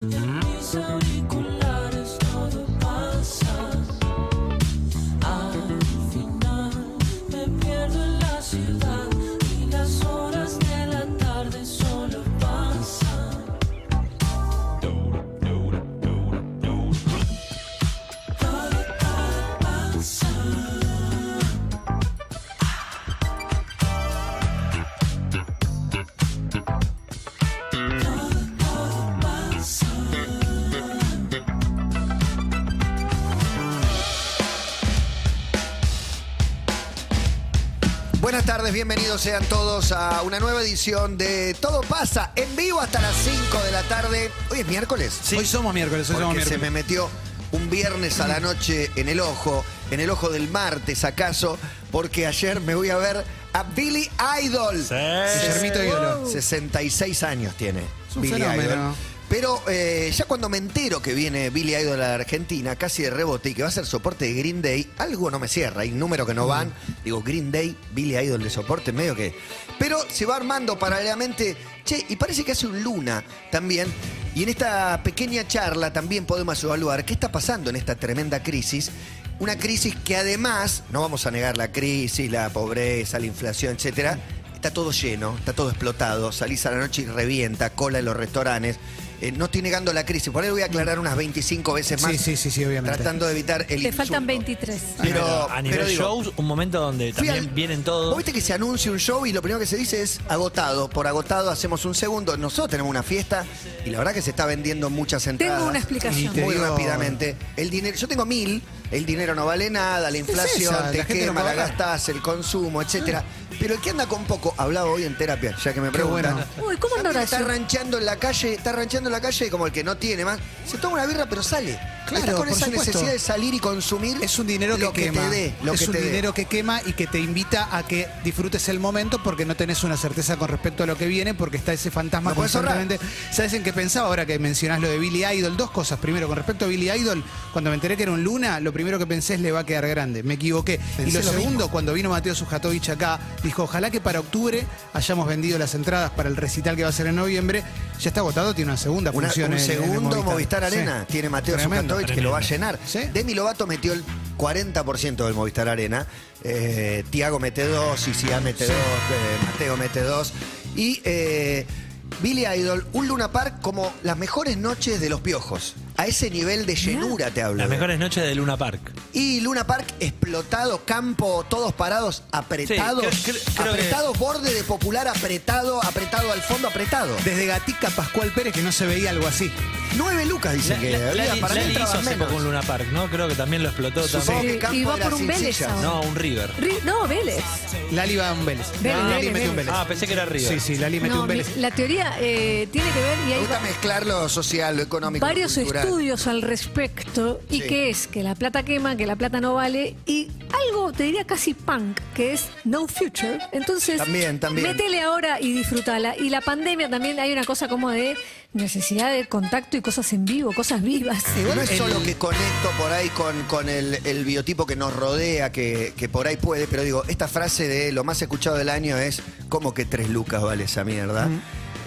Mis auriculares todo pasa. Al final me pierdo en la ciudad y las horas de la tarde solo pasan. Todo, todo pasa. Todo, todo pasa. Buenas tardes, bienvenidos sean todos a una nueva edición de Todo pasa en vivo hasta las 5 de la tarde. Hoy es miércoles. Hoy somos miércoles, hoy somos Porque se me miércoles. metió un viernes a la noche en el ojo, en el ojo del martes acaso, porque ayer me voy a ver a Billy Idol. Guillermito Diolo. 66 años tiene Es un Billy fenómeno. Idol. Pero eh, ya cuando me entero que viene Billy Idol a la Argentina, casi de rebote, y que va a ser soporte de Green Day, algo no me cierra, hay números que no Mm. van. Digo, Green Day, Billy Idol de soporte, medio que. Pero se va armando paralelamente. Che, y parece que hace un luna también. Y en esta pequeña charla también podemos evaluar qué está pasando en esta tremenda crisis. Una crisis que además, no vamos a negar la crisis, la pobreza, la inflación, etcétera, Está todo lleno, está todo explotado, salís a la noche y revienta, cola en los restaurantes. Eh, no estoy negando la crisis, por ahí voy a aclarar unas 25 veces más. Sí, sí, sí, sí, obviamente. Tratando de evitar el Te faltan insulto. 23. Pero, Ah, a nivel pero digo, shows, un momento donde fui también al- vienen ¿Vos todos. viste que se anuncia un show y lo primero que se dice es agotado? Por agotado hacemos un segundo. Nosotros tenemos una fiesta y la verdad que se está vendiendo muchas entradas. Tengo una explicación. Y te Muy digo- rápidamente. El dinero, yo tengo mil, el dinero no vale nada, la inflación esa, te la gente no quema, la paga. gastás, el consumo, etcétera. Pero el que anda con poco, hablaba hoy en terapia, ya que me preguntan. Uy, ¿cómo anda También Está Horacio? ranchando en la calle, está ranchando en la calle como el que no tiene más. Se toma una birra pero sale. Claro, está con por esa supuesto. necesidad de salir y consumir. Es un dinero lo que te quema. dé, lo es que un te dé. dinero que quema y que te invita a que disfrutes el momento porque no tenés una certeza con respecto a lo que viene, porque está ese fantasma No podés constantemente. ¿Sabes en qué pensaba ahora que mencionás lo de Billy Idol? Dos cosas. Primero, con respecto a Billy Idol, cuando me enteré que era un Luna, lo primero que pensé es le va a quedar grande. Me equivoqué. y Pensé lo, lo segundo, mismo. cuando vino Mateo Sujatovich acá, dijo: Ojalá que para octubre hayamos vendido las entradas para el recital que va a ser en noviembre. Ya está agotado, tiene una segunda Una- función. un en- en el segundo Movistar, Sí. Arena tiene Mateo Tremendo. Sujatovich que lo va a llenar. Sí. Demi Lovato metió el 40% del Movistar Arena. Eh, Tiago mete dos, Isia mete dos, eh, Mateo mete dos. Y eh, Billy Idol, un Luna Park como las mejores noches de los piojos. A ese nivel de llenura te hablo. Las de- mejores noches de Luna Park. Y Luna Park explotado, campo, todos parados, apretados. Sí, cre- cre- creo apretado, borde de popular, apretado, apretado al fondo, apretado. Desde Gatica Pascual Pérez que no se veía algo así. Nueve lucas dicen La- que la- había, Lali- para mí Lali entraban hizo hace menos. poco un Luna Park, ¿no? Creo que también lo explotó Supongo también. que Campo y va era por un sin Vélez sillas. ahora. No, un River. Ri- No, Vélez. Lali va a un Vélez. Vélez, Lali Vélez, mete un Vélez. Ah, pensé que era River. Sí, sí, Lali mete No, un mi- Vélez. la teoría eh, tiene que ver y Me hay gusta mezclar lo social, lo económico. lo varios cultural. estudios al respecto y Sí. que es que la plata quema, que la plata no vale y algo te diría casi punk, que es no future. Entonces, También, también. métele ahora y disfrútala. Y la pandemia también hay una cosa como de necesidad de contacto y cosas en vivo, cosas vivas. Igual no es solo que conecto por ahí con, con el, el biotipo que nos rodea, que, que por ahí puede, pero digo, esta frase de lo más escuchado del año es, ¿cómo que tres lucas vale esa mierda?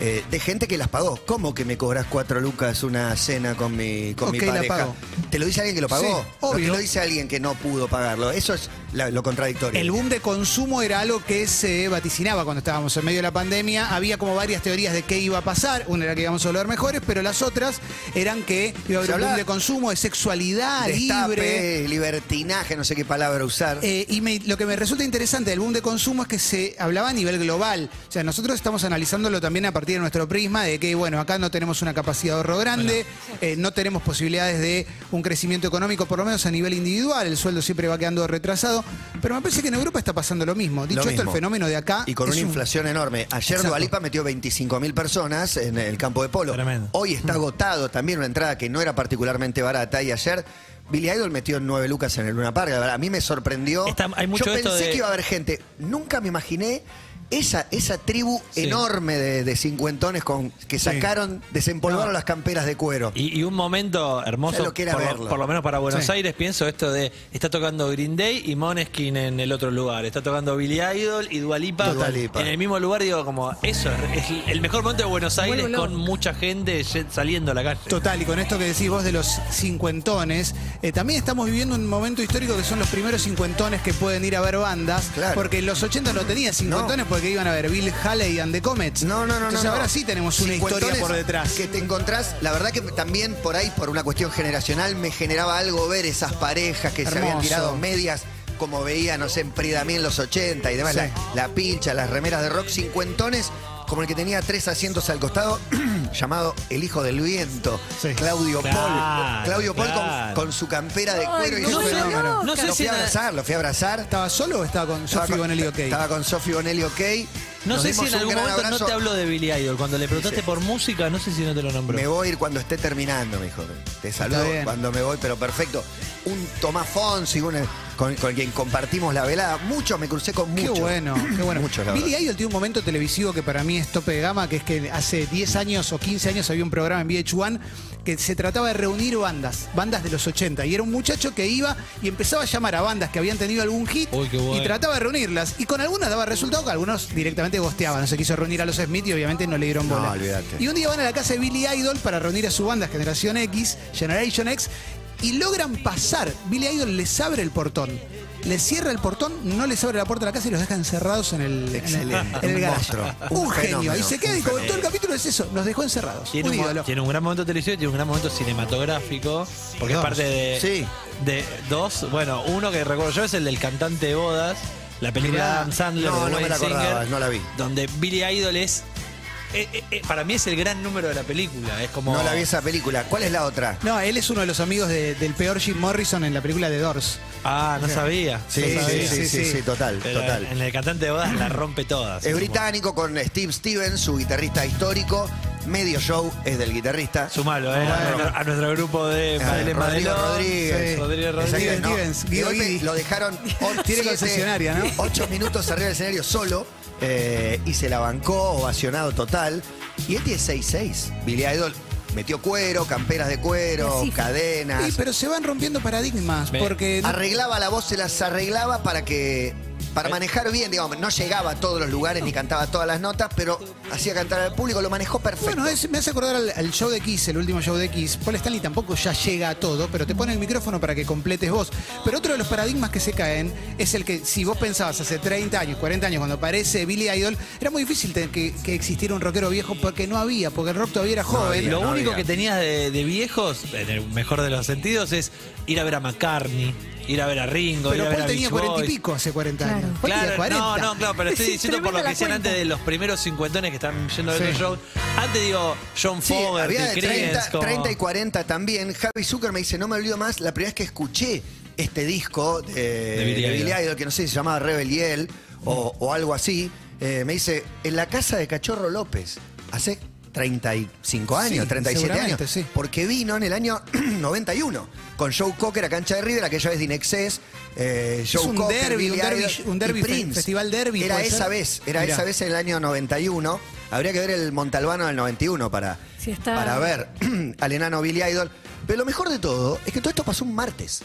Eh, de gente que las pagó. ¿Cómo que me cobras cuatro lucas una cena con mi, con Ok, mi la pareja? pago. ¿Te lo dice alguien que lo pagó? Sí, ¿O te obvio. lo dice alguien que no pudo pagarlo? Eso es la- lo contradictorio. El boom de consumo era algo que se vaticinaba cuando estábamos en medio de la pandemia. Había como varias teorías de qué iba a pasar. Una era que íbamos a volver mejores, pero las otras eran que iba Se a haber un boom hablaba de consumo, de sexualidad libre. Destape, libertinaje, no sé qué palabra usar. Eh, y me- lo que me resulta interesante del boom de consumo es que se hablaba a nivel global. O sea, nosotros estamos analizándolo también a partir de nuestro prisma de que, bueno, acá no tenemos una capacidad de ahorro grande, eh, no tenemos posibilidades de un crecimiento económico, por lo menos a nivel individual, el sueldo siempre va quedando retrasado. Pero me parece que en Europa está pasando lo mismo. Dicho Lo esto, el mismo. fenómeno de acá. Y con es una un- inflación enorme. Ayer Exacto. Dualipa metió 25.000 personas en el campo de polo. Tremendo. Mm. Hoy está agotado también una entrada que no era particularmente barata. Y ayer Billy Idol metió nueve lucas en el Luna Park. La verdad, A mí me sorprendió. Está- hay mucho Yo esto pensé de- que iba a haber gente. Nunca me imaginé esa, esa tribu Sí. enorme de, de cincuentones con, que sacaron, desempolvaron las camperas de cuero. Y, y un momento hermoso, Ya lo que era por, verlo. por lo menos para Buenos Sí. Aires, pienso esto de, está tocando Green Day y Moneskin en el otro lugar, está tocando Billy Idol y Dualipa Dua Lipa. en el mismo lugar, digo, como eso, es es el mejor momento de Buenos Vuelvo Aires con loca. mucha gente ye- saliendo a la calle. Total, y con esto que decís vos de los cincuentones, eh, también estamos viviendo un momento histórico que son los primeros cincuentones que pueden ir a ver bandas, Claro. porque en los 80 no tenía cincuentones porque iban a ver Bill Haley and the Comets. No, no, no, Entonces no, no. ahora sí tenemos una historia Cincuentones por detrás. Que te encontrás, la verdad que también por ahí, por una cuestión generacional, me generaba algo ver esas parejas que se habían Hermoso. tirado medias, como veía, no sé, en Pridamí en los 80 y demás, Sí. la, la pincha, las remeras de rock, cincuentones, como el que tenía tres asientos al costado, llamado El Hijo del Viento, Sí. Claudio Paul. Claro, Claulo Paul con- claro. con, su campera de cuero Ay, y no un sé, fenómeno. no, no sé lo si fui a en la- abrazar, lo fui a abrazar. ¿Estaba solo o estaba con Estaba Sofi Bonelli OK? Estaba con Sofi Bonelli OK. No Nos sé si dimos en un algún gran momento no abrazo. te hablo de Billy Idol, cuando le preguntaste por música, no sé si no te lo nombró. Me voy a ir cuando esté terminando, me dijo. Te saludo bien. cuando me voy, pero perfecto. Un Tomás Fonsi, un- con, con quien compartimos la velada. Muchos, me crucé con Qué muchos. bueno, qué bueno. Muchos, la Billy verdad. Idol tiene un momento televisivo que para mí es tope de gama, que es que hace 10 años o 15 años había un programa en VH1 que se trataba de reunir bandas, bandas de los 80. Y era un muchacho que iba y empezaba a llamar a bandas que habían tenido algún hit Uy, qué bueno. y trataba de reunirlas. Y con algunas daba resultado, que algunos directamente gosteaban. No se quiso reunir a los Smith y obviamente no le dieron No, bola. olvídate. Y un día van a la casa de Billy Idol para reunir a su banda Generación X, Generation X, y logran pasar. Billy Idol les abre el portón. Les cierra el portón, no les abre la puerta de la casa y los deja encerrados en el, en el- Excelente. en el Un garaje. monstruo. Un, Un genio. fenómeno. Y se queda y Un como todo el fenómeno. capítulo es eso, nos dejó encerrados. Tiene un ídolo. un, tiene un gran momento televisivo y tiene un gran momento cinematográfico, porque Dos. es parte de, Sí. de dos. Bueno, uno que recuerdo yo es el del cantante de bodas, la película Mirá, de Adam Sandler. no, de no me Wayne la acordaba, Singer, no la vi. Donde Billy Idol es. eh, eh, eh, para mí es el gran número de la película. Es como. No la vi esa película. ¿Cuál es la otra? No, él es uno de los amigos de- del peor Jim Morrison en la película de Doors. Ah, no sabía. Sí, no sí, sabía. sí, sí, sí, sí. sí, total, Pero total. En el cantante de bodas la rompe todas. Es Como- británico con Steve Stevens, su guitarrista histórico. Medio show es del guitarrista. Sumalo, eh, a, nuestro, a nuestro grupo de Ah, Madeleine Rodrigo Madelón, Rodríguez. sí, Rodríguez Exacto, Rodríguez. Steven no. Stevens, De Guido golpe Guidi. lo dejaron o- Tiene siete- concesionaria, ¿no? ocho minutos arriba del escenario solo eh, y se la bancó, ovacionado total. Y él tiene 6'6". Billy Idol metió cuero, camperas de cuero, La cifra. cadenas. Sí, pero se van rompiendo paradigmas. Ve. Porque Arreglaba la voz, se las arreglaba para que. Para Eh. manejar bien, digamos, no llegaba a todos los lugares ni cantaba todas las notas, pero hacía cantar al público, lo manejó perfecto. Bueno, es- me hace acordar al, al show de Kiss, el último show de Kiss. Paul Stanley tampoco ya llega a todo, pero te pone el micrófono para que completes vos. Pero otro de los paradigmas que se caen es el que, si vos pensabas hace 30 años, 40 años, cuando aparece Billy Idol, era muy difícil te- que, que existiera un rockero viejo porque no había, porque el rock todavía era joven. Lo no único había. que tenías de, de viejos, en el mejor de los sentidos, es ir a ver a McCartney, ir a ver a Ringo, ir a pero ver Paul a tenía Beach 40 y Boys. pico hace 40 años. Claro. Paul tenía Claro, 40. no, no, claro, pero estoy Sí, diciendo por lo tremenda que la decían cuenta. antes de los primeros cincuentones que están yendo a ver Sí. los shows. Antes digo John Sí, Fogerty, había de Creedence, 30, como- 30 y 40 también. Javi Zucker me dice, no me olvido más, la primera vez que escuché este disco de, De Billy de Idol. Billy Idol, que no sé si se llamaba Rebel Yell o, o algo así, eh, me dice, en la casa de Cachorro López, hace 35 años, Sí, 37 años, seguramente, sí. porque vino en el año 91 con Joe Cocker a cancha de River, aquella vez de Inexcess, eh, Joe Es un Cocker, derbi, un Billy derbi- Idol un y derbi, fe- Prince. festival derbi, Era ¿puede esa ser? vez, era Mirá. esa vez en el año 91. Habría que ver el Montalbano del 91 para, Sí, está- para ver al enano Billy Idol. Pero lo mejor de todo es que todo esto pasó un martes.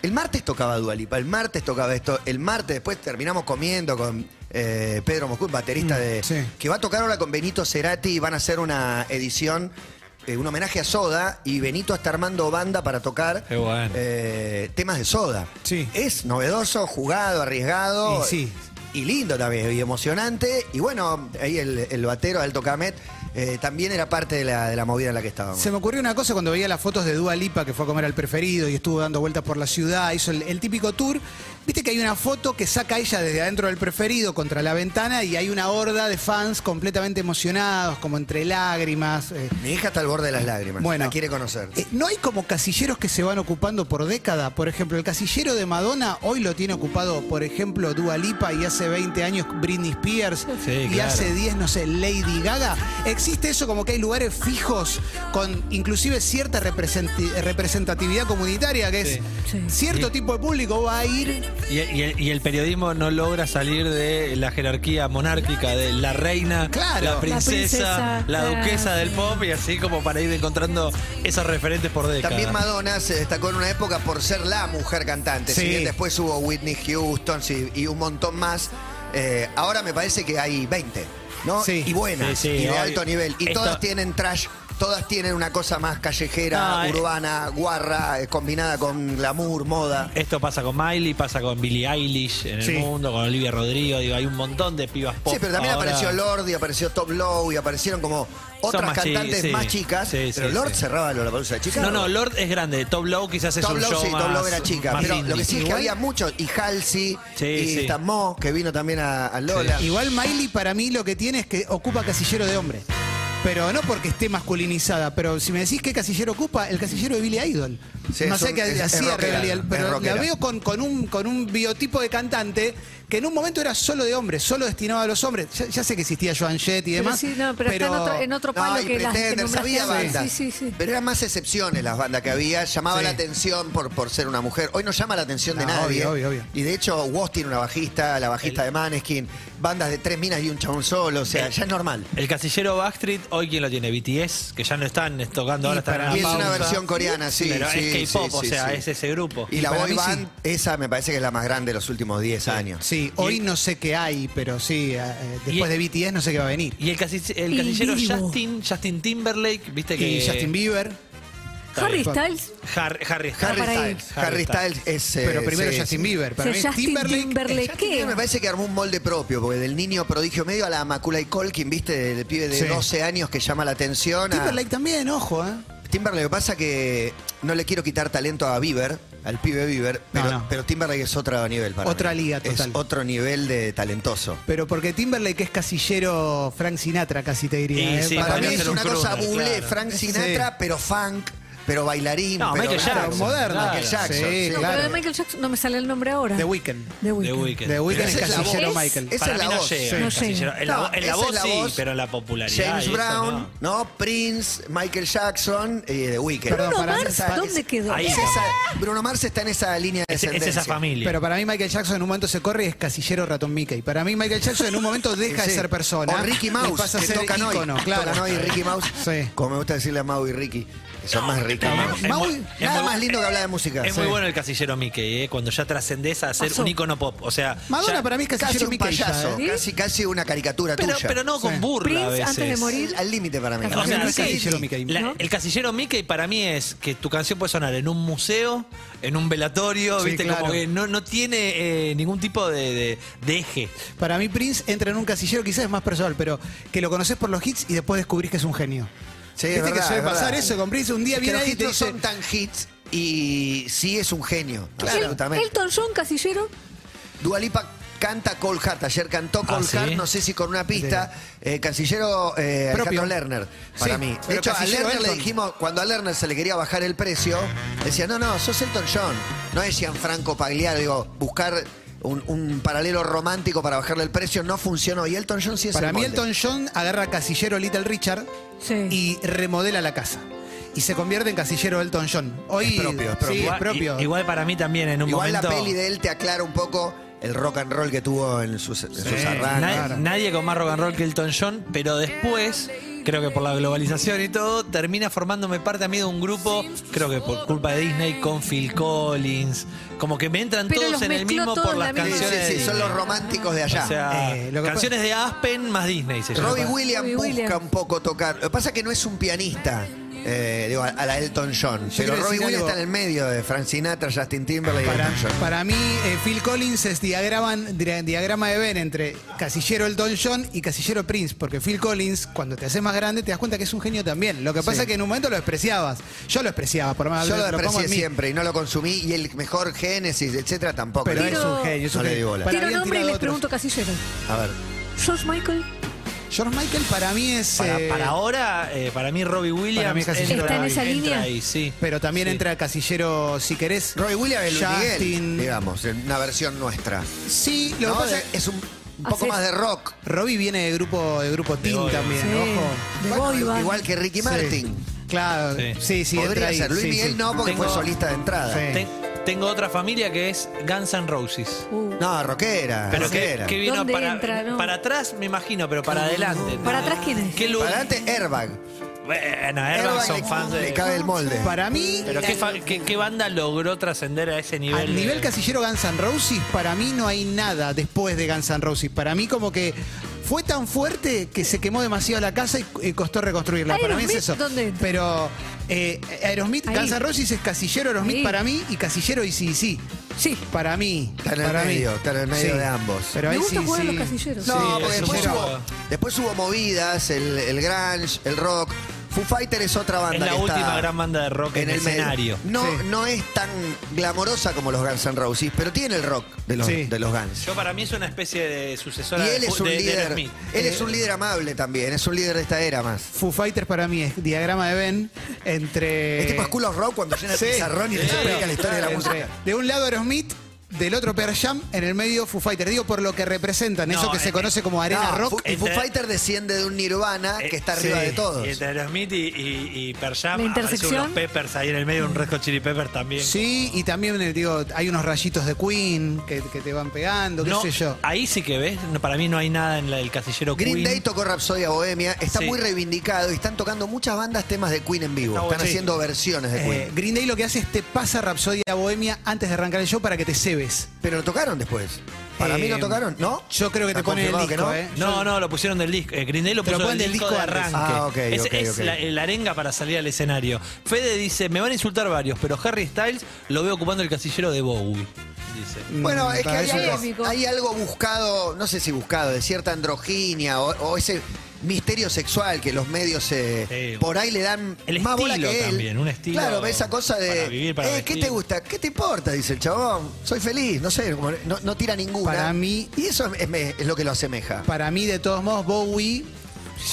El martes tocaba Dualipa, el martes tocaba esto, el martes después terminamos comiendo con eh, Pedro Moscú, baterista Mm, de. sí. que va a tocar ahora con Benito Cerati y van a hacer una edición, eh, un homenaje a Soda y Benito está armando banda para tocar Qué bueno. eh, temas de Soda. Sí. Es novedoso, jugado, arriesgado. Y sí. Y lindo también, y emocionante. Y bueno, ahí el, el batero, Alto Camet, eh, también era parte de la, de la movida en la que estábamos. Se me ocurrió una cosa cuando veía las fotos de Dua Lipa que fue a comer al preferido y estuvo dando vueltas por la ciudad, hizo el, el típico tour. Viste que hay una foto que saca ella desde adentro del preferido contra la ventana y hay una horda de fans completamente emocionados, como entre lágrimas. eh. Mi hija está al borde de las lágrimas. Bueno. La quiere conocer. Eh, no hay como casilleros que se van ocupando por década. Por ejemplo, el casillero de Madonna hoy lo tiene ocupado, por ejemplo, Dua Lipa y hace 20 años Britney Spears Sí, y claro. hace 10, no sé, Lady Gaga. existe eso como que hay lugares fijos con inclusive cierta representi- representatividad comunitaria, que es Sí. Sí. cierto tipo de público va a ir Y, y el, y el periodismo no logra salir de la jerarquía monárquica de la reina, Claro. la princesa, La princesa, la, claro. duquesa del pop y así como para ir encontrando esos referentes por décadas. También Madonna se destacó en una época por ser la mujer cantante. Si Sí. bien después hubo Whitney Houston sí, y un montón más. eh, ahora me parece que hay 20, ¿no? Sí. Y buenas, Sí, sí, y de obvio. alto nivel. Y Esto- todas tienen trash, todas tienen una cosa más callejera, No, Ah, eh. urbana, guarra, eh, combinada con glamour, moda. Esto pasa con Miley, pasa con Billie Eilish en Sí. el mundo, con Olivia Rodrigo, digo, hay un montón de pibas pop. Sí, pero también ahora. apareció Lord y apareció Top Low y aparecieron como otras más chi- cantantes sí. más chicas. Sí, pero sí, Lord sí. cerraba la palusa de chicas. No, no, Lord es grande, Top Low quizás es Top un Low show sí, más, Top Low era chica. más Pero lo que indie. sí es que Igual- había muchos. Y Halsey, Sí, y sí. Stan Mo, que vino también a, a Lola. Igual Miley para mí lo que tiene es que ocupa casillero de hombre. Pero no porque esté masculinizada, pero si me decís qué casillero ocupa, el casillero de Billy Idol. Sí, no es sé un- qué es- es hacía rockera, realidad, es pero la rockera. veo con, con un, con un biotipo de cantante que en un momento era solo de hombres, solo destinado a los hombres. Ya, ya sé que existía Joan Jett y Pero demás. sí, no, pero, está en otro, en otro palo No, y que las que Pretenders, nombraste había antes. bandas. Sí, sí, sí. Pero eran más excepciones las bandas que había. Llamaba Sí. la atención por, por ser una mujer. Hoy no llama la atención de No, nadie. obvio, obvio, obvio. Y de hecho, Woz tiene una bajista, la bajista de Maneskin, bandas de tres minas y un chabón solo. O sea, El- ya es normal. El casillero Backstreet, hoy quién lo tiene, BTS, que ya no están tocando, ahora Y están en para la Y es una pausa. versión coreana, sí. Pero sí, es K-pop, sí, o sí, sea, sí. es ese grupo. Y la para boy mí sí. band, esa me parece que es la más grande de los últimos 10 años. Sí, hoy no sé qué hay, pero sí, eh, después Y- de BTS no sé qué va a venir. Y el, casi- el Y casillero vivo. Justin, Justin Timberlake, viste que. Y Justin Bieber, Harry bien. Styles. Har- Harry, Harry Ah, para ahí. Styles. Harry Styles es. eh, pero primero sí, Justin sí. Bieber. Para O mí sea, Justin Timberlake, Timberlake. Justin ¿Qué? Bieber Me parece que armó un molde propio, porque del niño prodigio medio a la Maculay Colkin, ¿viste? Del pibe de Sí. 12 años que llama la atención. a- Timberlake también, ojo, ¿eh? Timberlake, lo que pasa que no le quiero quitar talento a Bieber, al pibe Bieber, pero, no. pero Timberlake es otro nivel para Otra mí. liga total. Es otro nivel de talentoso. Pero porque Timberlake es casillero Frank Sinatra, casi te diría. Y ¿eh? sí, para mí podría es ser un una cosa crooner, buble, claro. Frank Sí. Sinatra, pero funk, pero bailarín, No, pero Michael claro, Jackson, moderno, claro. Michael Jackson. Sí, sí. No, claro. pero de Michael Jackson no me sale el nombre ahora. The Weeknd. The The Weeknd. Weeknd. The Weeknd es Esa es la casillero voz. Michael. Esa Para es la mí no voz. llega Sí. el No casillero. llega. En la, No, vo- en la esa voz es la sí, voz. pero en la popularidad. James y eso Brown, no. no. Prince, Michael Jackson y The Weeknd. Perdón, Bruno para mí Mars, esa- ¿dónde quedó? Ahí. Es esa- Bruno Mars está en esa línea de Es, es descendencia. esa familia. Pero para mí Michael Jackson en un momento se corre y es casillero ratón Mickey. Para mí Michael Jackson en un momento deja Sí. de ser persona. O Ricky y Mouse, pasa a que ser tocan hoy. ícono, claro. Tocan hoy Ricky Mouse. Sí. Como me gusta decirle a Mau y Ricky, que son más Ricky y Mouse. Es Mau, muy- es Nada muy- más lindo que hablar de música. Es muy bueno el casillero Mickey, ¿eh? cuando ya trascendés a ser Pasó. un icono pop. O sea, Madonna ya- para mí es Casi casillero un Mickey. ya, payaso, ¿eh? ¿Sí? casi, casi una caricatura pero, tuya. pero no con Sí. burla a Prince, veces. antes de morir. Al límite para mí. O O sea, Para mí sí, es casillero Mickey. la- ¿no? El casillero Mickey para mí es que tu canción puede sonar en un museo, en un velatorio, Sí, viste, claro. como que no, no tiene eh, ningún tipo de, de- de eje. Para mí Prince entra en un casillero quizás es más personal, pero que lo conoces por los hits y después descubrís que es un genio. Sí, es ¿Viste que verdad, suele es pasar verdad. eso con Prince? Un día Es que viene los ahí y hits te no dice... son tan hits y sí es un genio. El- Absolutamente. Elton John, casillero. Dualipa canta Cold Heart. Ayer cantó Ah, Cold ¿sí? Heart, no sé si con una pista. Eh, cancillero eh, Propio. Alejandro Lerner, para Sí, mí. De pero hecho, a Canciller Lerner le Elton. dijimos, cuando a Lerner se le quería bajar el precio, decía, no, no, sos Elton John. No es Gianfranco Pagliaro. Digo, buscar un, un paralelo romántico para bajarle el precio no funcionó. Y Elton John sí es Para el mí molde. Elton John agarra casillero Little Richard Sí. y remodela la casa. Y se convierte en casillero Elton John. Hoy Es propio, es propio. Sí, es igual, propio. i- igual para mí también en un Igual momento. la peli de él te aclara un poco el rock and roll que tuvo en sus, en sus arranques. Nadie, nadie con más rock and roll que Elton John, pero después, creo que por la globalización y todo, termina formándome parte a mí de un grupo, creo que por culpa de Disney, con Phil Collins. Como que me entran Pero todos los en el mezcló mismo todos por en las la misma- Sí, canciones. sí, de sí, Disney. son los románticos de allá. O sea, Eh, lo que canciones de Aspen más Disney se llama. Robbie Williams Robbie busca Williams. un poco tocar. Lo que pasa es que no es un pianista. eh, digo, a a la Elton John. pero quiero Robbie decir Williams algo. está en el medio de Frank Sinatra, Justin Timberlake y Para, Elton John. para mí, eh, Phil Collins es diagraman- dia- diagrama de Ben entre casillero Elton John y casillero Prince, porque Phil Collins, cuando te haces más grande, te das cuenta que es un genio también. Lo que pasa Sí. es que en un momento lo despreciabas. Yo lo despreciaba, por más Yo lo pongo en desprecié mí. siempre y no lo consumí. Y el mejor Génesis, etcétera, tampoco. Pero Tiro- es un genio, es un No le di genio. bola. Para Tiro bien nombre y tirado les otros. pregunto casillero. A ver. George Michael George Michael para mí es. Para, eh, para ahora, eh, para mí Robbie Williams mí es casi entra Está en esa ahí, línea. entra ahí, sí. Pero también entra casillero, si querés. Robbie Williams es Luis Justin. Miguel, digamos, en una versión nuestra. Sí, lo que ¿No? pasa es un un poco Haces- más de rock. Robbie viene de grupo, de grupo Teen boy. también, Sí, de ojo. boy band. Igual que Ricky Sí. Martin. Claro, Sí. sí, sí. entra Podría ahí, ser. Luis sí, Miguel sí. no, porque fue Tengo- solista de entrada. Sí. Ten- tengo otra familia que es Guns N' Roses. Uh, No, rockera. Pero que, rockera. que vino ¿Dónde para, entra, no? para atrás, me imagino, pero para adelante. ¿Para atrás quién es? ¿Qué Para lugar? adelante, Airbag. Bueno, Airbag Airbag son le- fans le de... cabe el molde. Para mí, Pero ¿qué, fa- qué- qué banda logró trascender a ese nivel? Al nivel casillero Guns N' Roses, para mí no hay nada después de Guns N' Roses. Para mí como que fue tan fuerte que se quemó demasiado la casa y, y costó reconstruirla. Para mí es ¿Aerosmith eso. dónde entra? Pero eh, Aerosmith, Ahí. Guns N' Roses es casillero Aerosmith Ahí. para mí y casillero y sí, sí. Sí. Para mí. Está en el para mí. medio, está en el medio de ambos. Pero Me ahí gusta sí, jugar a sí. los casilleros. No, Sí, porque es después un hubo, poco- después hubo movidas, el, el grunge, el rock. Foo Fighter es otra Es banda la que está última gran banda de rock en, el medio. escenario. No, Sí. no es tan glamorosa como los Guns N' Roses, pero tiene el rock de los, Sí. de los Guns. Yo para mí es una especie de sucesora Y de él es Fu- un de, de líder. Aerosmith. Eh. él es un líder amable también, es un líder de esta era más. Foo Fighters para mí es diagrama de Ben entre... Eh. Es tipo School of Este Rock cuando llena Sí. el pizarrón y te explica la historia de la Entre- música. De un lado Aerosmith, del otro Pearl Jam, en el medio Foo Fighter. Digo por lo que representan, No, eso que eh, se conoce como arena No, Fu- rock. eh, y Foo Entre- Fighter desciende de un Nirvana que está Eh, arriba sí. de todos. Y entre Aerosmith y, y, y Pearl Jam, La aparecen intersección. unos Peppers ahí en el medio, un Red Hot Chili Peppers también. Sí, y también eh, digo, hay unos rayitos de Queen que, que te van pegando, qué No, sé yo. eh, Ahí sí que ves, no, para mí no hay nada en la- el casillero Green Queen. Day tocó Rapsodia Bohemia, está Sí. muy reivindicado y están tocando muchas bandas temas de Queen en vivo. Está están bueno. haciendo versiones de Queen. Eh, Green Day lo que hace es te pasa Rapsodia Bohemia antes de arrancar el show para que te cebes. Pero lo tocaron después. Para mí Eh, lo tocaron, ¿no? Yo creo que ¿Está te ponen el confirmado disco, que ¿eh? No, no, lo pusieron del disco. Eh, Green Day lo Te lo ponen pusieron del del disco de disco arranque. antes. Ah, ok, es ok, es ok. La, el arenga para salir al escenario. Fede dice, me van a insultar varios, pero Harry Styles lo veo ocupando el casillero de Bowie. Dice. mm, Bueno, es que hay Para eso algo, lógico. hay algo buscado, no sé si buscado, de cierta androginia o, o ese misterio sexual que los medios eh, Sí. por ahí le dan El más bola estilo que él. también, un estilo Claro, esa cosa de para vivir, para eh, ¿qué vestir". te gusta? ¿Qué te importa? dice el chabón. Soy feliz, no sé, como no, no tira ninguna. Para mí- y eso es, es- es lo que lo asemeja. Para mí, de todos modos, Bowie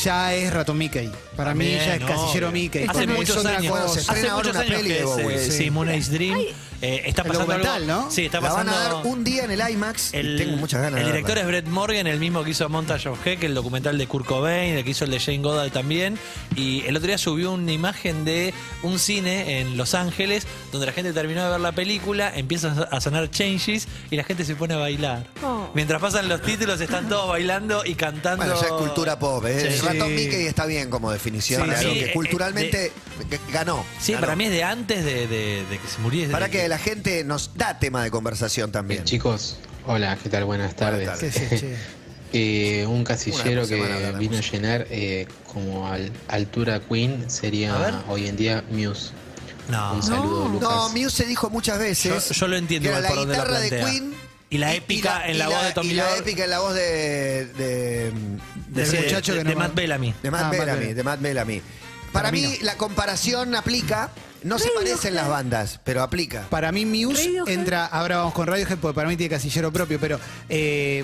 ya es ratón Mickey. Para mí También, ya es casillero Ah, obvio. Mickey. Hace Para mí es muchos otra años. cosa. se Hace estrena ahora muchos una años peli de que es, Bowie, eh, sí. sí, Moon Age Dream. Eh, está El pasando algo- documental, ¿no? Sí, está la van pasando... a dar un día en el IMAX. y El, tengo muchas ganas el de verla. director es Brett Morgan, el mismo que hizo Montage of Heck, el documental de Kurt Cobain, el que hizo el de Jane Goddard también. Y el otro día subió una imagen de un cine en Los Ángeles donde la gente terminó de ver la película, empiezan a sonar changes y la gente se pone a bailar. Oh. Mientras pasan los títulos están todos bailando y cantando. Bueno, ya es cultura pop. ¿eh? Sí. El ratón Mickey está bien como definición Sí, de algo sí, que eh, culturalmente g- ganó. Sí, ganó. para mí es de antes de, de- de que se muriese. Para que la gente nos da tema de conversación también. Eh, chicos, hola, ¿qué tal? Buenas tardes. tardes. Sí, sí, sí. Eh, un Una casillero por que semana hablamos. vino a llenar eh, como al- altura Queen A ver. Ah. sería hoy en día Muse. No. Un saludo, No. Lucas. No, Muse se dijo muchas veces. Yo- yo lo entiendo que era igual la por dónde la guitarra de plantea. Queen. Y la y- y épica en y la voz de Tommy Y la Lord. épica en la voz de, de, de, del de- muchacho que de- no de va- Matt Bellamy. de Matt Ah, Matt Bellamy. Bellamy. De Matt Bellamy. Para, Para mí mí, la comparación aplica. No se parecen las bandas, pero aplica. Para mí Muse Radiohead. entra, ahora vamos con Radiohead porque para mí tiene casillero propio, pero eh,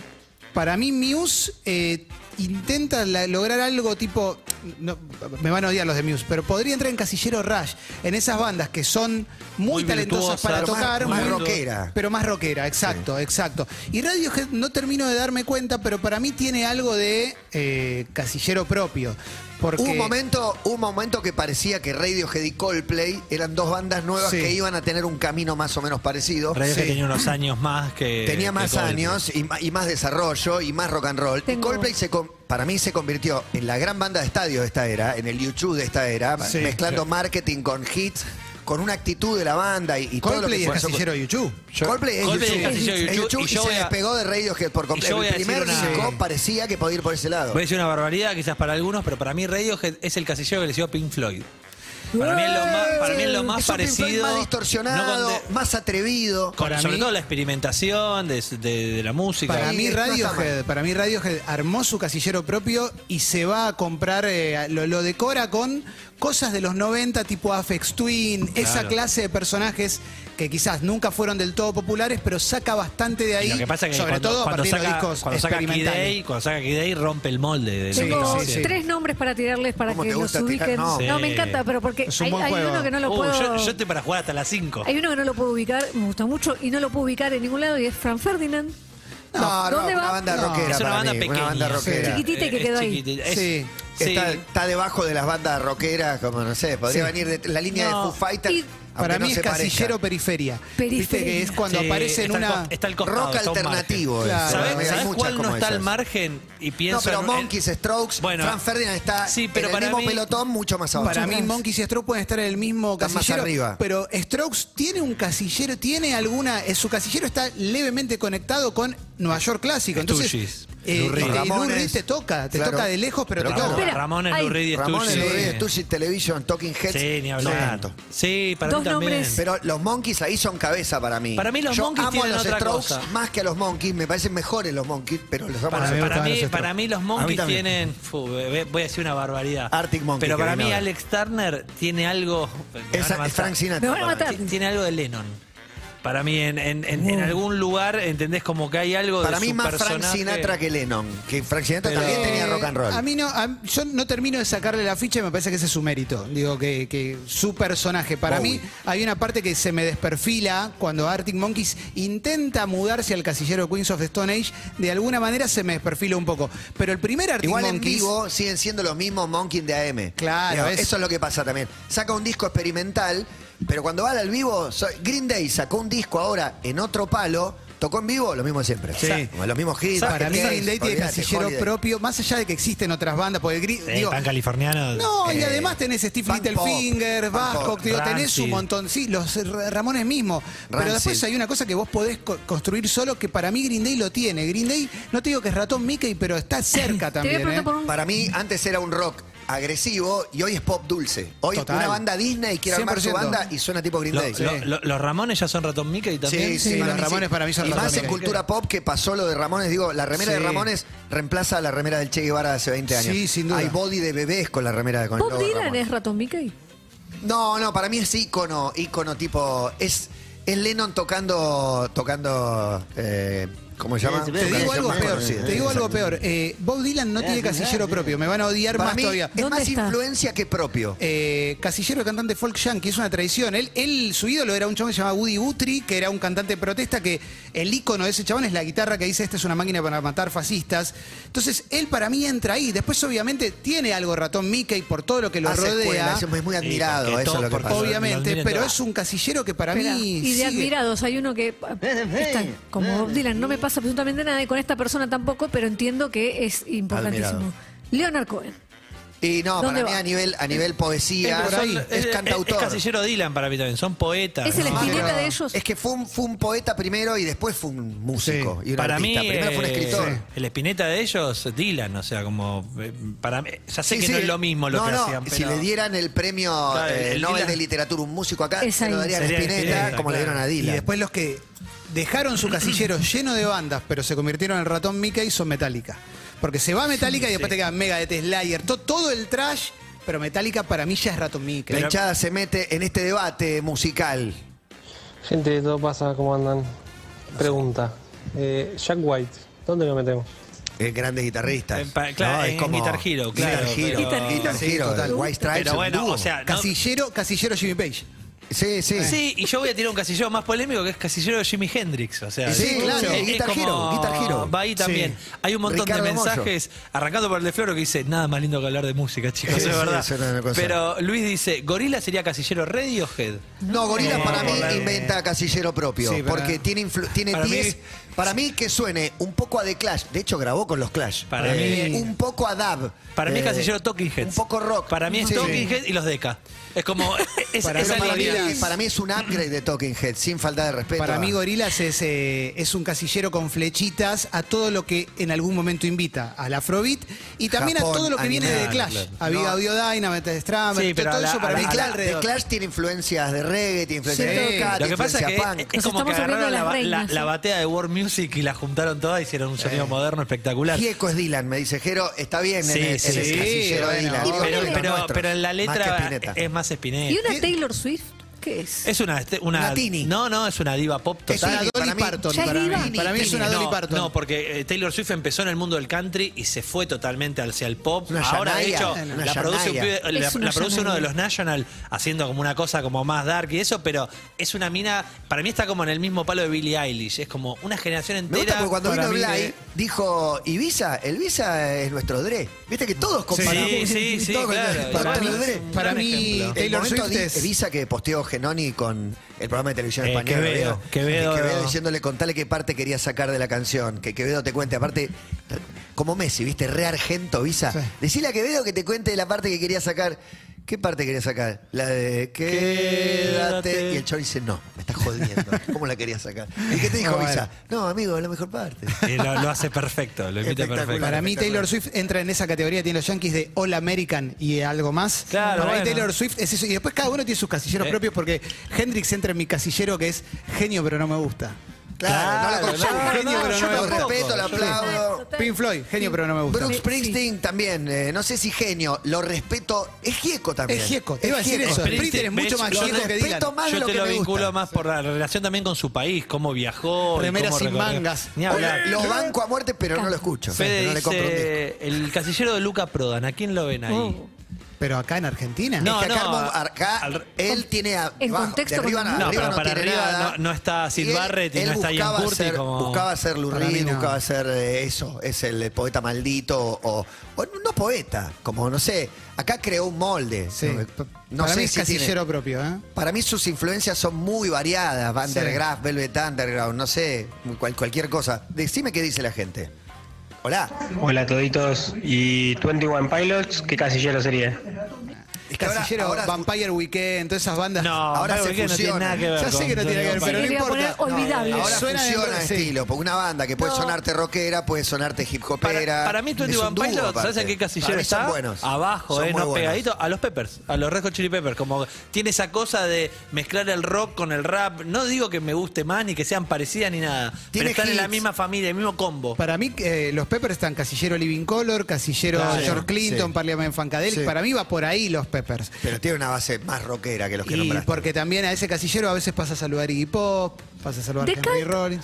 para mí Muse eh, intenta la- lograr algo tipo, no, me van a odiar los de Muse, pero podría entrar en casillero Rush, en esas bandas que son muy, Muy talentosas virtuosas, para Pero más- tocar, más, muy- rockera. pero más rockera, exacto, exacto. Y Radiohead no termino de darme cuenta, pero para mí tiene algo de eh, casillero propio. Porque Hubo un momento, hubo un momento que parecía que Radiohead y Coldplay eran dos bandas nuevas Sí. que iban a tener un camino más o menos parecido. Radiohead Sí. tenía unos años más que. Tenía que más Eh, Coldplay. años y, ma- y más desarrollo y más rock and roll. Y Tengo- Coldplay se con- para mí se convirtió en la gran banda de estadios de esta era, en el YouTube de esta era, Sí. mezclando marketing con hits, con una actitud de la banda y, y todo lo Coldplay que es fue- casillero YouTube. Coldplay es Coldplay es YouTube. casillero Es YouTube, YouTube y y, yo se voy a- despegó de Radiohead por y yo completo. voy El a decir primer una- disco parecía que podía ir por ese lado. Voy a decir una barbaridad, quizás para algunos, pero para mí Radiohead es el casillero que le dio a Pink Floyd. Para mí es lo más, para mí es lo más Eh, Es un Pink Floyd parecido. más no distorsionado, con de- más atrevido. con- Para sobre mí- todo la experimentación de, de- de la música. Para Sí, mí no está Radiohead, mal. para mí Radiohead armó su casillero propio y se va a comprar, eh, lo, lo decora con cosas de los 90 tipo Afex Twin, esa clase de personajes que quizás nunca fueron del todo populares, pero saca bastante de Y ahí, lo que pasa es que sobre cuando, todo a cuando partir de los saca, discos cuando saca Kid experimentales. Day, cuando saca Kid Day, rompe el molde de lo que Tengo estamos haciendo. tres nombres para tirarles para ¿Cómo que te los gusta tirar? ubiquen. No. No, Sí. me encanta, pero porque Es un hay, buen hay juego. uno que no lo Uh, puedo. yo, yo estoy para jugar hasta las 5. Hay uno que no lo puedo ubicar, me gusta mucho, y no lo puedo ubicar en ningún lado, y es Fran Ferdinand. No, no, ¿Dónde una va? banda No. rockera. Es una para banda mí, pequeña. Una banda rockera. Sí. Chiquitita y que Eh, quedó ahí. chiquitita. Es- Sí. sí. Está, está debajo de las bandas rockeras, como no sé, podría venir de la línea de No. Foo Fighters. Y- aunque Para no mí se es casillero parezca. periferia. Viste Periferia. que es cuando Sí, aparece en está al una. co- está al costado, Rock está a un alternativo. margen. Claro. eso, ¿Sabés- amigo, hay ¿Sabes muchas cuál no como está al esas. margen? Y pienso No, pero en- Monkeys, Strokes, Bueno. Fran Ferdinand está Sí, pero en el para mismo mí- pelotón, mucho más abajo. Para mí, Monkeys y Strokes pueden estar en el mismo Están más casillero. arriba. Pero Strokes tiene un casillero, tiene alguna. eh, Su casillero está levemente conectado con Nueva York clásico. Entonces, Stooges, eh, Lou Reed. eh, Lou Ramones. Reed te toca, te Claro. toca de lejos, pero, Pero te claro. toca. Espera, Ramones, ahí. Lurridi, Ramón, Sturges. Elodie, Stooges, Television, Talking Heads. Sí, ni no hablar. tanto. Sí, para Dos mí también. nombres. Pero los Monkeys ahí son cabeza para mí. Para mí los Yo Monkeys amo tienen a los otra Strokes cosa. más que a los Monkeys. Me parecen mejores los Monkeys, pero los amo a para, los mí me para gustaban mí, los Strokes. para mí los A mí Monkeys también. tienen... fu, ve- voy a decir una barbaridad. Arctic Monkeys, Pero que para viene mí ahora. Alex Turner tiene algo... me van a Esa- matar. es Frank Sinatra. Me van a para mí. matar. Ti- Tiene algo de Lennon. Para mí, en, en- en- en algún lugar, ¿entendés? Como que hay algo Uh. Para de mí su más Frank personaje. Sinatra que Lennon. Que Frank Sinatra Pero- también tenía Eh, rock and roll. A mí no, a- yo no termino de sacarle la ficha y me parece que ese es su mérito. Digo que, que su personaje. Para Bowie. mí hay una parte que se me desperfila cuando Arctic Monkeys intenta mudarse al casillero Queens of Stone Age. De alguna manera se me desperfila un poco. Pero el primer Arctic Igual en Monkeys. vivo siguen siendo los mismos Monkeys de AM. Claro, Digo, es- Eso es lo que pasa también. Saca un disco experimental, pero cuando van al vivo, so- Green Day sacó un disco ahora en otro palo, tocó en vivo lo mismo de siempre. Sí. Sa- como los mismos hits. Para mí Bucket Green Day Case, tiene olvídate, casillero Holiday. propio, más allá de que existen otras bandas, porque Green, Sí, digo, tan californiano. No, y Eh, además tenés Steve Punk Littlefinger, Pop, Punk Vasco, Pop, digo, tenés Rancid. un montón, sí, los R- Ramones mismo. Pero Rancid. después hay una cosa que vos podés co- construir solo que para mí Green Day lo tiene. Green Day, no te digo que es ratón Mickey, pero está cerca Te voy a también. preguntar ¿eh? por un Para mí, antes era un rock agresivo y hoy es pop dulce. Hoy Total. una banda Disney quiere armar su 100%. banda y suena tipo Green Lo- Day. lo- lo- los Ramones ya son ratón Mickey también. sí, los Ramones para mí son Y Ratón más en Mickey. cultura pop que pasó lo de Ramones. Digo, la remera Sí. de Ramones reemplaza a la remera del Che Guevara de hace 20 años. Sí, sin duda. Hay body de bebés con la remera de con el Bob logo de Dylan Ramones. es ratón Mickey. No, no, para mí es ícono, ícono tipo... Es, es Lennon tocando... tocando eh, ¿Cómo se llama? Te digo algo peor, Sí, te digo algo peor. eh, Bob Dylan no tiene casillero propio, me van a odiar Para más mí todavía. es ¿Dónde más está? influencia que propio. Eh, casillero de cantante folk yankee, es una tradición. Él, él, su ídolo era un chabón que se llamaba Woody Guthrie, que era un cantante de protesta, que el ícono de ese chabón es la guitarra que dice, esta es una máquina para matar fascistas. Entonces, él para mí entra ahí. Después, obviamente, tiene algo ratón Mickey por todo lo que lo Hace escuela, rodea. es muy Sí, admirado, eso porque es todo- lo que por pasa. todo- Lo obviamente, admiran pero todos. es un casillero que para Esperá, mí... y de sigue. admirados hay uno que ah, está como Bob Dylan no me pasa absolutamente nada y con esta persona tampoco pero entiendo que es importantísimo Admirado. Leonard Cohen Y no, para ¿Dónde mí va? a nivel, a nivel poesía, Pero es, eh, son- es- es- cantautor. Es casillero Dylan para mí también. Son poetas. es el ¿no? espineta pero- de ellos Es que fue un, fue un poeta primero y después fue un músico y un para artista. mí, primero fue un eh, escritor. el espineta de ellos, Dylan, o sea, como eh, para mí, ya sé Sí, que sí. no es lo mismo lo No, que no, hacían, pero Si le dieran el premio Claro, eh, el Nobel Dylan- de Literatura, un músico acá, Es se lo ahí. darían a Sería Spinetta, Spinetta, como le dieron a Y Dylan. después los que dejaron su casillero lleno de bandas, pero se convirtieron en el ratón Mickey, son Metallica. Porque se va Metallica y después te quedan Megadeth, Slayer, to- todo el trash, pero Metallica para mí ya es ratón Mickey. la hinchada se mete en este debate musical. Gente de todo pasa, ¿cómo andan? Pregunta. Eh, Jack White, ¿dónde lo metemos? Es grandes guitarristas. En pa- claro, en Guitar Hero, claro, Guitar Hero, pero- Guitar Sí, Hero, total. White Stripes, Pero bueno, un dúo. o sea, no- Casillero, casillero Jimmy Page. sí, Eh, sí. Sí, y yo voy a tirar un casillero más polémico que es casillero de Jimi Hendrix. O sea, Y sí, es- claro, es Guitar como- Hero, Guitar Hero. Va ahí también. Sí. Hay un montón Ricardo de Mollo. mensajes, arrancando por el de Floro, que dice, nada más lindo que hablar de música, chicos, Sí, es sí, verdad. es una cosa. Pero Luis dice, Gorila sería casillero Radiohead. No, Gorila No, para mí por la- inventa casillero propio. Sí, para- porque tiene influ- tiene 10. Para Para, mí- mí que suene un poco a The Clash. De hecho, grabó con los Clash. Para Eh, mí- Un poco a Dab. Para Eh, mí es casillero Talking Heads. Un poco rock. Para mí es Sí. Talking Heads y los Deca. Es como e-, es, Para esa Pero para, mí, línea. para mí es un upgrade de Talking Head, sin falta de respeto. Para a- mí Gorilas es, eh, es un casillero con flechitas a todo lo que en algún momento invita al Afrobeat y también Japón, a todo lo que viene de anime, Clash. claro. A Big No. Audio Dynamite, Strummer, Sí, pero todo a la- eso a para la- mí The a Clash, está la- The alrededor. Clash tiene influencias de reggae, tiene influencias Sí. de Lo ska, Lo tiene que pasa influencia que punk. es Nos como que estamos volviendo agarraron la, las ba- la- reinas, la ¿sí? batea de World Music y la juntaron toda y hicieron un sonido moderno espectacular. Gieco es Dylan, me dice Jero, está bien Sí, en el, en el sí, casillero de bueno. Dylan. Y Digo, Pero, es pero- nuestro, pero en la más que letra Spinetta. es más y Spinetta. una Taylor Swift ¿Qué es? Es una, este- una. Una tini. No, no, es una diva pop total. Es una Tini, Dolly para mí- Parton. Ya es Para mí, diva. para mí es una no, Dolly Parton. No, porque eh, Taylor Swift empezó en el mundo del country y se fue totalmente hacia el pop. Una Ahora, de Shania, hecho, una la produce, un Shania. pibe- la- Es una la produce uno de Shania. los National haciendo como una cosa como más dark y eso, pero es una mina. Para mí está como en el mismo palo de Billie Eilish. Es como una generación Me gusta entera. porque cuando para vino mí Blay de- dijo, ¿y Visa? El Visa es nuestro Dre. Viste que todos comparamos. Sí, sí, sí, Todos con- para claro. Para mí, eh, mí- Dre. para Un mí, ejemplo. El Taylor momento Swift di- es. Visa que posteó Genoni con el programa de televisión Eh, española. Quevedo, Quevedo. Quevedo. diciéndole, contale qué parte quería sacar de la canción. Que Quevedo te cuente. Aparte, como Messi, viste, re argento, Visa. Sí. Decile a Quevedo que te cuente la parte que quería sacar. ¿Qué parte quería sacar? La de quédate. Quédate. Y el chon dice, no, me estás jodiendo. ¿Cómo la quería sacar? ¿Y qué te dijo Bueno. Visa? No, amigo, es la mejor parte. Eh, lo, lo hace perfecto, lo imita Espectacular. perfecto. Para mí espectacular. Taylor Swift entra en esa categoría, tiene los Yankees de All American y algo más. Claro, Para mí bueno. Taylor Swift es eso. Y después cada uno tiene sus casilleros Eh. propios porque Hendrix entra en mi casillero que es genio pero no me gusta. Claro, Claro, no la consumo. no, genio, Yo pero no lo me gusta. respeto, lo Yo aplaudo. Pink Floyd, genio pero no me gusta. Bruce Springsteen también, eh, no sé si genio, lo respeto, es gieco también. Es gieco, te iba a decir gieco. eso. Springsteen, Springsteen es mucho más Lo gieco que respeto Dylan. más de Yo lo te que lo me vinculo gusta. más por la relación también con su país, cómo viajó. y Remeras cómo sin recorrió. mangas. Ni hablar. Lo banco a muerte, pero no lo escucho. Fede no le compro un disco. dice, el casillero de Luca Prodan, ¿a quién lo ven ahí? Oh. Pero acá en Argentina. No, Es que acá, no, armo- acá al- él tiene a- En abajo, de contexto arriba, con- na- No, arriba pero no para tiene arriba nada. no- no está Sid Y él- Barrett y él no está Ian buscaba Curtis ser- como- Buscaba ser Lou Para mí Reed, no. buscaba ser eh, eso, es el poeta maldito o, o no poeta, como no sé, acá creó un molde. Sí. No, no Para sé mí es si tiene- casillero propio, ¿eh? Para mí sus influencias son muy variadas. Van der Sí. Graaf, Velvet Underground, no sé, cual- cualquier cosa. Decime qué dice la gente. Hola. Hola toditos. ¿Y 21 Pilots? ¿Qué casillero sería? Es que ahora- Casillero ahora- Vampire Weekend, todas esas bandas. No, ahora Mario se Guerrero no tiene fusiona. nada que ver. Ya con sé que no tiene que ver, Dolly pero no Quería poner importa. olvidable. Ahora Suena de- funciona sí. estilo, porque una banda que puede No. sonarte rockera, puede sonarte hip hopera. Para, para mí, Es 21 un dúo, Pilots, ¿sabes aparte. en qué Para casillero mí son está? buenos. Abajo, Son eh, muy no buenos. pegadito. A los Peppers, a los Red Hot Chili Peppers. Como tiene esa cosa de mezclar el rock con el rap. No digo que me guste más, ni que sean parecidas, ni nada. Pero Tiene están en la hits. misma familia, el mismo combo. Para mí, eh, los Peppers están casillero Living Color, casillero Claro, George Clinton, sí. Parliament Funkadelic. Sí. Para mí va por ahí los Peppers. Pero tiene una base más rockera que los que Y nombraste. porque también a ese casillero a veces pasa a saludar Iggy Pop, pasa a saludar ¿De Henry Cult? Rollins.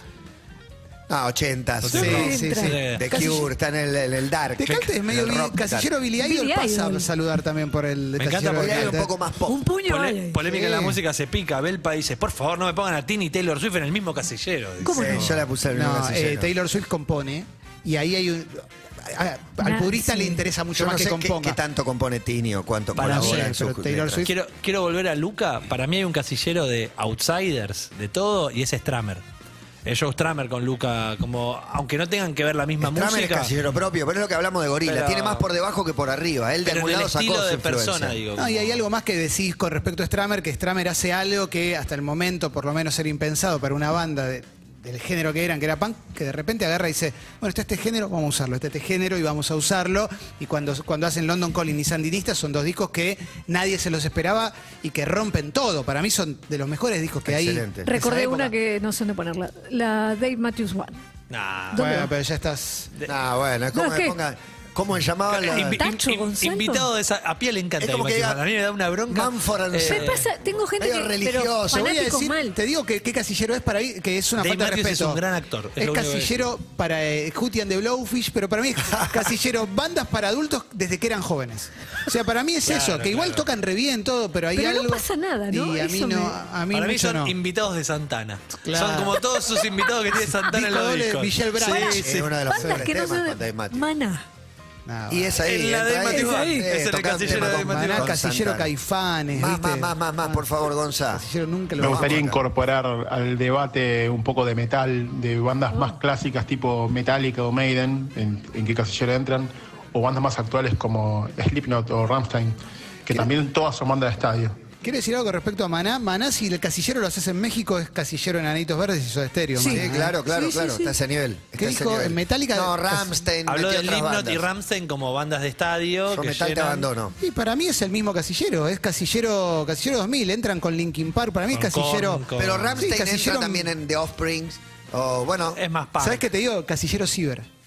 Ah, 80 Sí, sí, sí. entra. The Casillo- Cure, está en el, en el Dark. De Cult es medio En el Billy- rock casillero dark. Billy Idol Billy pasa a Idol. saludar también por el Me casillero encanta de Billy Idol Cult. un poco más pop. Un puño Pole- hay ahí. polémica en la Sí. música se pica. Belpa dice, por favor, no me pongan a Tini y Taylor Swift en el mismo casillero. dice. Sí, yo la puse en el mismo No, casillero. eh, Taylor Swift compone y ahí hay un. a- a- al Nah, purista sí. le interesa mucho Yo más no que sé qué, componga. qué tanto compone Tini o cuánto Para colabora mí, en sus pero Taylor letras. Swift- Quiero, quiero volver a Luca. Para mí hay un casillero de outsiders, de todo, y es Stramer. Es Joe Stramer con Luca, como aunque no tengan que ver la misma Stramer es música. casillero propio, pero es lo que hablamos de Gorila. Pero- Tiene más por debajo que por arriba. Él de Pero algún en el lado sacó estilo su de influencia. persona, digo. No, y hay algo más que decís con respecto a Stramer, que Stramer hace algo que hasta el momento, por lo menos, era impensado para una banda de- del género que eran, que era punk, que de repente agarra y dice, bueno, está este género, vamos a usarlo, está este género y vamos a usarlo. Y cuando, cuando hacen London Calling y Sandinista son dos discos que nadie se los esperaba y que rompen todo. Para mí son de los mejores discos que Excelente. hay. de esa Recordé época. una que no sé dónde ponerla. La Dave Matthews One. Nah. ¿Dónde Bueno, va? pero ya estás... Ah, bueno, es como No, es que que- pongan- ¿Cómo le llamaban? la- Invi- Tacho in- Gonzalo. invitado de esa, a pie le encanta. Es como Ivo que diga, Quijano. a mí me da una bronca. Manford and Me Eh, pasa, tengo gente medio que. religioso, Te pero voy a fanáticos decir- mal. Te digo que qué casillero es para ahí, que es una Dave falta de Matthews respeto. es un gran actor, es Es, lo único que casillero para eh, Hootie and the Blowfish, pero para mí es casillero bandas para adultos desde que eran jóvenes. O sea, para mí es Claro, eso, que igual claro. tocan re bien todo, pero hay Pero no algo. pasa nada, ¿no? Y a mí Eso no, me- a mí Para mí mucho son no. invitados de Santana. Claro. Son como todos sus invitados que tiene Santana en Disco los doble, discos. Michelle Brown. Sí, Pará, sí. es uno de los bandas que no mejores temas con Dave son. Matthews. Mana. Nada. Y es ahí. En la de entra Matthews, ahí. ahí, es en el tocando casillero tema de con- Matthews. Maná, con casillero Santana. Caifanes, Más, ¿viste? más, más, más, más, por favor, Gonza. Casillero nunca lo Me gustaría Vamos acá. incorporar al debate un poco de metal, de bandas más clásicas tipo Metallica o Maiden, en, en qué casillero entran, o bandas más actuales como Slipknot o Rammstein, que también todas son bandas de estadio. Quiero decir algo con respecto a Maná. Maná, si el casillero lo haces en México, es casillero en Anitos Verdes y Soda Stereo. Sí, Maná, ¿eh? claro, claro, Sí, sí, claro. sí. Está a ese nivel. está ¿Qué a ese dijo? nivel. Metallica- No, Ramstein. Habló metió de otras Slipknot y bandas. Ramstein como bandas de estadio. Yo que metal te llenan- abandono. Y para mí es el mismo casillero, es casillero, casillero 2000, entran con Linkin Park, para mí es Con casillero... Korn, con- Pero Sí, Ramstein entra casillero- también en The Offsprings. O bueno. Es más punk. ¿Sabes qué te digo? Casillero ciber.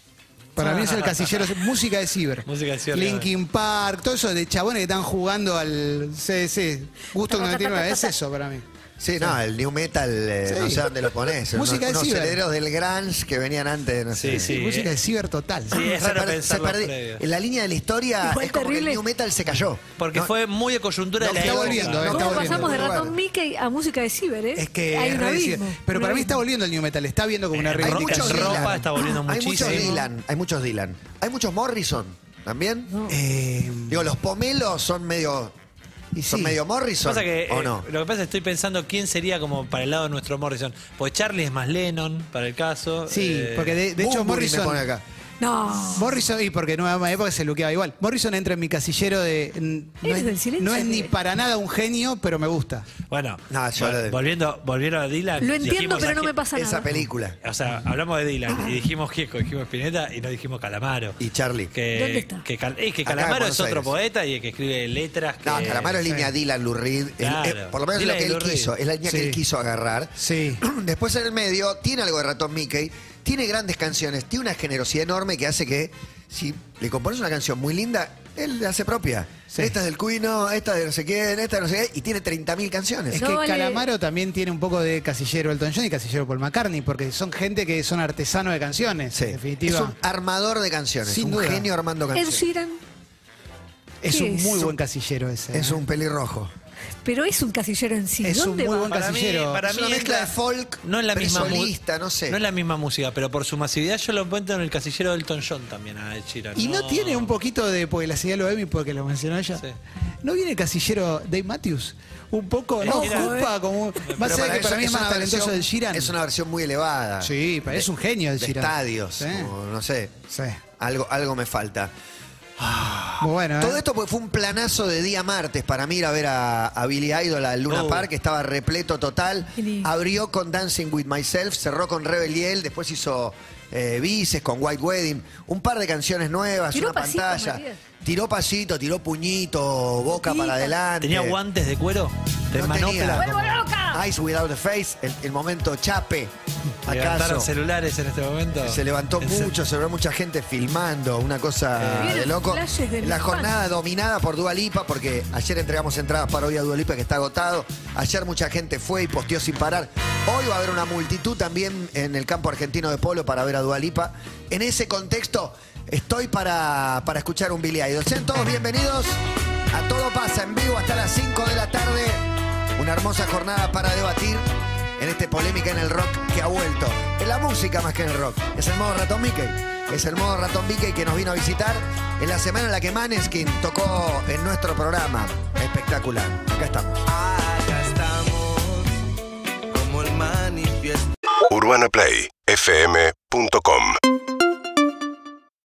Para mí es el casillero, música de ciber. Música de ciber, Linkin Park, todo eso de chabones que están jugando al CDC. Gusto 99, es eso para mí. Sí, no, el new metal, eh, Sí. no sé dónde lo pones. unos, Música de unos ciber. herederos del grunge que venían antes, no sé. Sí, sí. música eh, de ciber total. Sí, es Se raro per- se pensarlo perdi- previo. en la línea de la historia Igual es como que terrible. el new metal se cayó. Porque No, fue muy de coyuntura No, de la está época. volviendo, eh, está ¿Cómo pasamos de volviendo. ratón Mickey a música de ciber, eh? Es que Hay es un re difícil. abismo, Pero un para mí está abismo. volviendo el new metal, está viendo como una Eh, hay hay reivindicación. muchos en ropa Dylan. está volviendo Hay muchos muchísimo. Dylan, hay muchos Dylan. Hay muchos Morrison también. Eh, Digo, los pomelos son medio. y Son sí. medio Morrison. Pasa que, ¿O eh, no? Lo que pasa es que estoy pensando quién sería como para el lado de nuestro Morrison. Pues Charlie es más Lennon, para el caso. Sí, eh, porque de, de hecho Bunbury me Morrison. pone acá. No. Morrison, y porque Nueva Época se luqueaba igual. Morrison entra en mi casillero de. n- No Eres es, del silencio, no es ni eh. para nada un genio, pero me gusta. Bueno, No, yo vol- lo de- volviendo, volvieron a Dylan. Lo entiendo, dijimos pero no aquí- me pasa Esa nada. película. O sea, hablamos de Dylan y dijimos Gieco, dijimos Spinetta y no dijimos Calamaro. Y Charlie. Que, ¿Dónde está? Que, Cal- eh, que Acá en Calamaro Buenos es otro Aires. poeta y el que escribe letras. Que, No, Eh, Calamaro es línea Dylan Lurid. Claro. por lo menos es Dylan lo que y él Lou Reed. quiso. Es la línea Sí. que él quiso agarrar. Sí. Después en el medio tiene algo de ratón Mickey. Tiene grandes canciones. Tiene una generosidad enorme que hace que si le compones una canción muy linda, él la hace propia. Sí. Esta es del Cuino, esta de no sé quién, esta de no sé qué. Y tiene 30.000 canciones. Es No que vale- Calamaro también tiene un poco de casillero Elton John y casillero Paul McCartney, porque son gente que son artesanos de canciones. Sí. En definitiva. Es un armador de canciones. Sin un duda. genio armando Ed canciones. Sheeran, Es ¿Qué un es? muy buen casillero ese. Es ¿eh? un pelirrojo. pero es un casillero en sí. Es un ¿Dónde muy va? buen Para mí, casillero. para Es mí una es mezcla la- de folk, no es la pero misma mu- solista, no sé. es la misma música, pero por su masividad yo lo encuentro en el casillero del Elton John también a Ed Sheeran. Y no tiene un poquito de, porque la señal lo Emmy porque lo mencionó ella. Sí. ¿No viene el casillero Dave Matthews? Un poco, no, Sheeran. ocupa como. un- Más allá de que eso- para mí es eso más una versión- talentoso del Sheeran. Es una versión muy elevada. Eh, Sí, pero es un genio de del Sheeran. estadios, Sí. o no sé. Sí. Algo, algo me falta. Muy bueno. ¿eh? Todo esto porque fue un planazo de día martes para mí ir a ver a, a Billy Idol al Luna Oh. Park, que estaba repleto total. Billy. Abrió con Dancing with Myself, cerró con Rebel Yell, después hizo eh, Vices con White Wedding, un par de canciones nuevas, Tiró una pasito, pantalla. Matías. Tiró pasito, tiró puñito, boca Botica. para adelante. Tenía guantes de cuero, de No manopla. tenía. ¡Vuelvo loca! Eyes Without a Face, el, el momento chape. Levantaron ¿Acaso? celulares en este momento. Se levantó En se- mucho, se ve mucha gente filmando, una cosa Vieron de loco. flashes de La los jornada dominada por Dualipa, porque ayer entregamos entradas para hoy a Dualipa que está agotado. Ayer mucha gente fue y posteó sin parar. Hoy va a haber una multitud también en el campo argentino de polo para ver a Dualipa. En ese contexto estoy para, para escuchar un Billy Idol. Sean todos bienvenidos. A todo pasa en vivo hasta las 5 de la tarde. Una hermosa jornada para debatir en este polémica en el rock que ha vuelto. En la música más que en el rock. Es el modo ratón Mickey. Es el modo ratón Mickey que nos vino a visitar en la semana en la que Maneskin tocó en nuestro programa. Espectacular. Acá estamos. UrbanaPlayFM.com